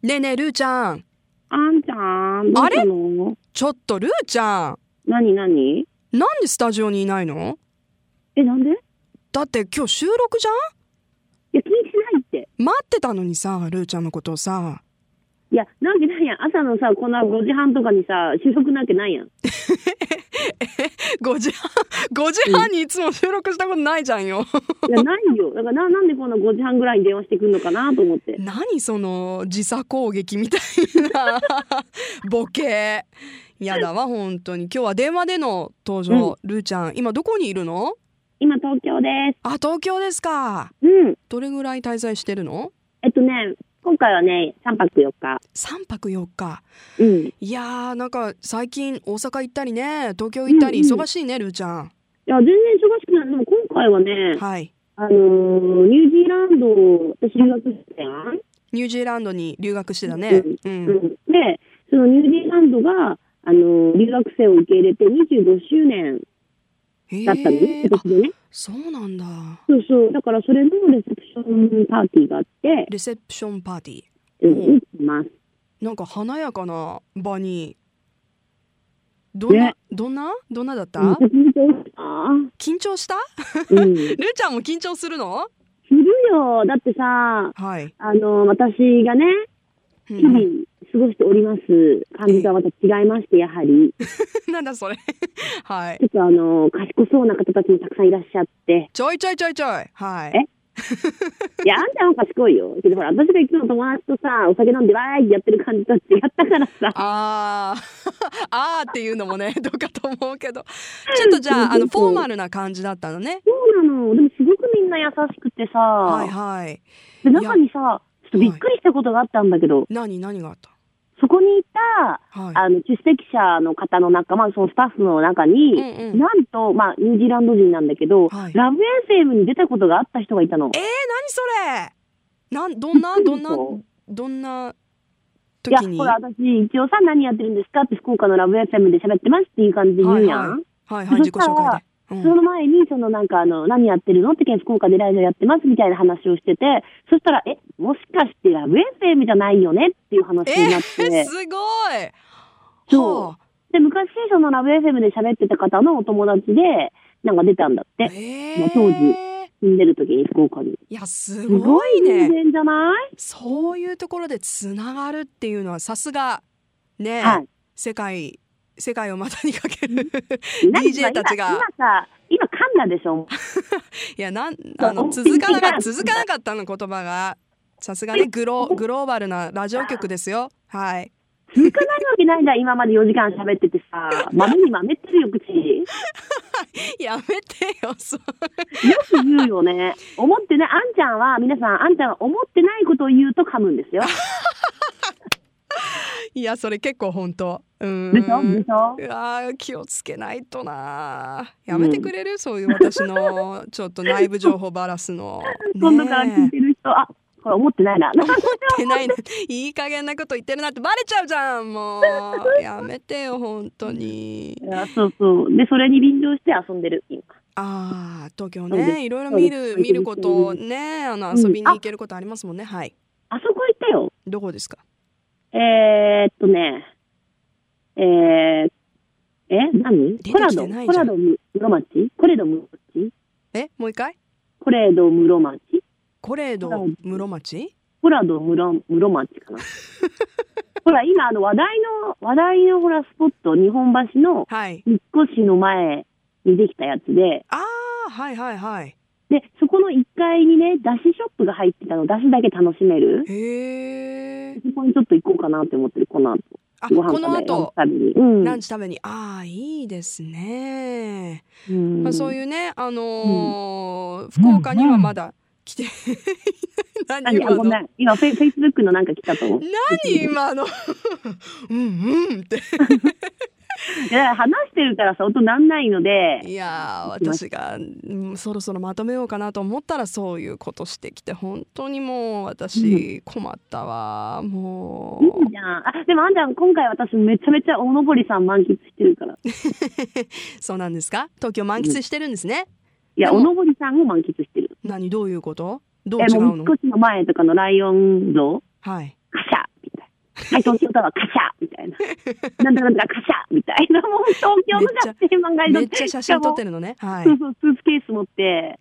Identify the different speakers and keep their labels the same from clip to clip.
Speaker 1: ねえねえ、ルーちゃん。
Speaker 2: あんちゃん、どうしたの
Speaker 1: ちょっと、ルーちゃ
Speaker 2: 何何
Speaker 1: ん。なんでスタジオにいないの
Speaker 2: え、なんでい
Speaker 1: だって今日収録じゃ
Speaker 2: や、気にしないって。
Speaker 1: ん待ってたのにさ、ルーちゃんのことをさ。
Speaker 2: いや、なわけないやん。朝のさ、こんな5時半とかにさ、収録なわけないやん。
Speaker 1: 5時半、5時 半にいつも収録したことないじゃんよ。
Speaker 2: い や、ないよ。だからな、なんでこんな5時半ぐらいに電話してくんのかなと思って。
Speaker 1: 何その、時差攻撃みたいな、 ボケ。やだわ、本当に。今日は電話での登場。ルーちゃん、今どこにいるの
Speaker 2: 今、東京で
Speaker 1: あ、東京ですか。
Speaker 2: す。うん。
Speaker 1: どれぐらい滞在してるの
Speaker 2: えっとね、今回はね、3泊4日。
Speaker 1: ?3 泊4日。
Speaker 2: うん。い
Speaker 1: いやーなんか最近大阪行ったりね東京行ったり
Speaker 2: うんうん
Speaker 1: 忙しいね、ルーちゃん
Speaker 2: や、全然忙しくない。でも今回はね、
Speaker 1: はい
Speaker 2: あのーニュージーランドを私留学してたやん。
Speaker 1: ニュージーランドに留学してたねう、
Speaker 2: うんん。で、そのニュージーランドが、あのー留学生を受け入れて25周年
Speaker 1: へ
Speaker 2: だったのね、
Speaker 1: ー
Speaker 2: 今
Speaker 1: あ
Speaker 2: 年でね。
Speaker 1: そうなんだ
Speaker 2: そうそう。だからそれのレセプションパーティーがあって、
Speaker 1: レセプションパーティー
Speaker 2: うん、
Speaker 1: うん
Speaker 2: 行きます。
Speaker 1: なんか華やかな場にどんな、
Speaker 2: ね
Speaker 1: どんなどんなだった、
Speaker 2: うん、緊張した。
Speaker 1: 緊張した
Speaker 2: うん。す
Speaker 1: ルーちゃんも緊張するの
Speaker 2: るよ。だってさ、
Speaker 1: はい、
Speaker 2: あの、私がね、
Speaker 1: う
Speaker 2: 日々
Speaker 1: ん、
Speaker 2: 過ごしております感じとはまた違いまして、やはり。
Speaker 1: なんだそれ はい
Speaker 2: ちょっとあの、賢そうな方たちもたくさんいらっしゃ って。
Speaker 1: ちょいちょいちょいちょいはい
Speaker 2: えいや、あんたは賢いよ。けどほら、私がいつも友達とさ、お酒飲んでわーいってやってる感じとは違ったからさ。
Speaker 1: あー あーっていうのもね どうかと思うけどちょっとじゃああのフォーマルな感じだったのね
Speaker 2: そうなの。でもすごくみんな優しくてさ、
Speaker 1: はいはい
Speaker 2: で中にさ、ちょっとびっくりしたことがあったんだけど、
Speaker 1: 何何があった
Speaker 2: そこにいた、
Speaker 1: は
Speaker 2: あの、出席者の方の中、まあ、そのスタッフの中
Speaker 1: い
Speaker 2: に、
Speaker 1: うんうん何
Speaker 2: なんと、まあ、ニュージーランド人なんだけど、
Speaker 1: はい
Speaker 2: ラブ FM に出たことがあった人がいたの。
Speaker 1: えそれなんどんなどんな
Speaker 2: 嘘
Speaker 1: どんない
Speaker 2: や、
Speaker 1: 時に
Speaker 2: ほ
Speaker 1: は
Speaker 2: ら、私、一応さ、何やってるんですかって、福岡のラブ FM で喋ってますっていう感じで言うやん。
Speaker 1: はいいはい自己紹介で、う
Speaker 2: そ
Speaker 1: ん、
Speaker 2: の前に、そのなんかあの、何やってるのって福岡でライブやってますみたいな話をしてて、そしたら、え、もしかしてラブ FM じゃないよねっていう話
Speaker 1: え
Speaker 2: になって、
Speaker 1: ー、すごい
Speaker 2: そう
Speaker 1: は
Speaker 2: で、昔、そのラブ FM で喋ってた方のお友達で、なんか出たんだっ
Speaker 1: あ
Speaker 2: て。
Speaker 1: え
Speaker 2: まあ
Speaker 1: ー、
Speaker 2: 当時住んでる時に福岡に。
Speaker 1: いやす
Speaker 2: す
Speaker 1: ご
Speaker 2: ご
Speaker 1: い
Speaker 2: い
Speaker 1: ね
Speaker 2: 人間じゃない
Speaker 1: そういうところでつながるっていうのはさすがね、
Speaker 2: はい
Speaker 1: 世界世界を股にかける
Speaker 2: なんか今
Speaker 1: DJ たちが
Speaker 2: 今さ、今噛んだでしょ
Speaker 1: いやなん
Speaker 2: そう
Speaker 1: あの続かなか
Speaker 2: そう
Speaker 1: 続かなかったの言葉がさすがねグログローバルなラジオ局ですよはい
Speaker 2: 続かないわけないんだ、今まで4時間喋ってて さ。豆に豆ってるよ、口。よ
Speaker 1: やめてよそう
Speaker 2: く言うよね。思ってね、あんちゃんは、皆さん、あんちゃんは思ってないことを言うと噛むんですよ。
Speaker 1: いやそれ結構本当う
Speaker 2: でしょ
Speaker 1: ー
Speaker 2: で
Speaker 1: ん
Speaker 2: しょ
Speaker 1: うわー気をつけないとなやめてくれる、そういう私のちょっと内部情報ばらす の
Speaker 2: 今度から聞い
Speaker 1: ね
Speaker 2: てる人、あ、これ思って ないな。
Speaker 1: ってないのいい加減なこと言ってるなってバレちゃうじゃんもうやめてよ本当に
Speaker 2: いやそうそう。で、それに便乗して遊んでる、今。
Speaker 1: ああ東京
Speaker 2: そうです
Speaker 1: ねいろいろ見
Speaker 2: そうで
Speaker 1: る
Speaker 2: す
Speaker 1: 見ることねあの
Speaker 2: うん
Speaker 1: 遊びに
Speaker 2: あ
Speaker 1: 行けることありますもんねはい
Speaker 2: あそこ行ったよ。
Speaker 1: どこですか
Speaker 2: えー、っとね、えー、え、
Speaker 1: 出
Speaker 2: 何
Speaker 1: てきて
Speaker 2: コラド、
Speaker 1: ないじゃん
Speaker 2: コラドむ室町コレド室町
Speaker 1: えもう一回
Speaker 2: コレド室町
Speaker 1: コレード
Speaker 2: はい
Speaker 1: 室町
Speaker 2: コラド室室 町かな。ほら、今、あの、話題の、話題のほら、スポット、日本橋の
Speaker 1: はい
Speaker 2: 三越の前にできたやつで、
Speaker 1: ああはいはいはい
Speaker 2: で、そこの1階にね、だしショップが入ってたの、だしだけ楽しめる。
Speaker 1: へえ
Speaker 2: そこにちょっと行こうかなって思ってる、この後。
Speaker 1: あ
Speaker 2: ご飯
Speaker 1: この
Speaker 2: 食べ
Speaker 1: 後
Speaker 2: ランチ食べに。うん。
Speaker 1: ランチ食べにああいいですね、
Speaker 2: うん
Speaker 1: まあ、そういうねあのー福岡にはまだ来て何
Speaker 2: 何あ
Speaker 1: 今
Speaker 2: ご
Speaker 1: の
Speaker 2: めん今フェイフェイスブックのなんか来たと思う。
Speaker 1: 何今の うんうんって
Speaker 2: いや話してるからさ音なんないので。
Speaker 1: いやー私がうんそろそろまとめようかなと思ったらそういうことしてきて本当にもう私困ったわも
Speaker 2: いういじゃん。あでもあんちゃん今回私めちゃめちゃ大登りさん満喫してるから。い
Speaker 1: そうなんですか東京満喫してるんですね、
Speaker 2: や
Speaker 1: でも
Speaker 2: 大登りさんを満喫してる。
Speaker 1: 何どういうことどう違
Speaker 2: えも
Speaker 1: う
Speaker 2: う
Speaker 1: の
Speaker 2: 少しの前とかのライオン像
Speaker 1: はい
Speaker 2: カシャみはい、東京タワーカシャみたい な。なんだかなんだかカシャみたいな。もう東京の学生漫画
Speaker 1: めっちゃ写真撮って
Speaker 2: る。
Speaker 1: るのね。はい
Speaker 2: そう。そう、スーツケース持って。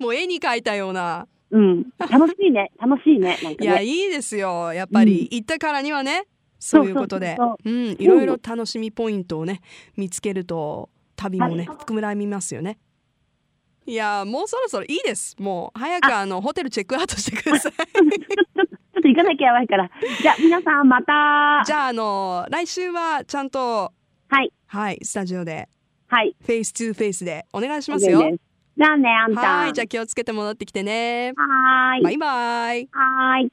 Speaker 1: もう絵に描いたような。
Speaker 2: うん。楽しいね。楽しいね。なんか
Speaker 1: いや、
Speaker 2: ね。
Speaker 1: いいですよ。やっぱり行ったからにはね。そういうことで
Speaker 2: そうそ
Speaker 1: う
Speaker 2: う。
Speaker 1: ん、いろいろ楽しみポイントをね、見つけると。旅もね
Speaker 2: はい、
Speaker 1: 膨らみますよね。いや、もうそろそろいいです。もう早くあのホテルチェックアウトしてく ださい。
Speaker 2: ちょっと行かなきゃやばいから。じゃあ、皆さんまた。
Speaker 1: じゃあ、あの来週はちゃんと。
Speaker 2: はい。
Speaker 1: はい、スタジオで。
Speaker 2: はい。
Speaker 1: フェイス2フェイスでお願いしますよ。
Speaker 2: OK ですじゃあね、あんた。
Speaker 1: はい、じゃあ気をつけて戻ってきてね。
Speaker 2: はー
Speaker 1: バ
Speaker 2: い。
Speaker 1: イバイ。
Speaker 2: はーい。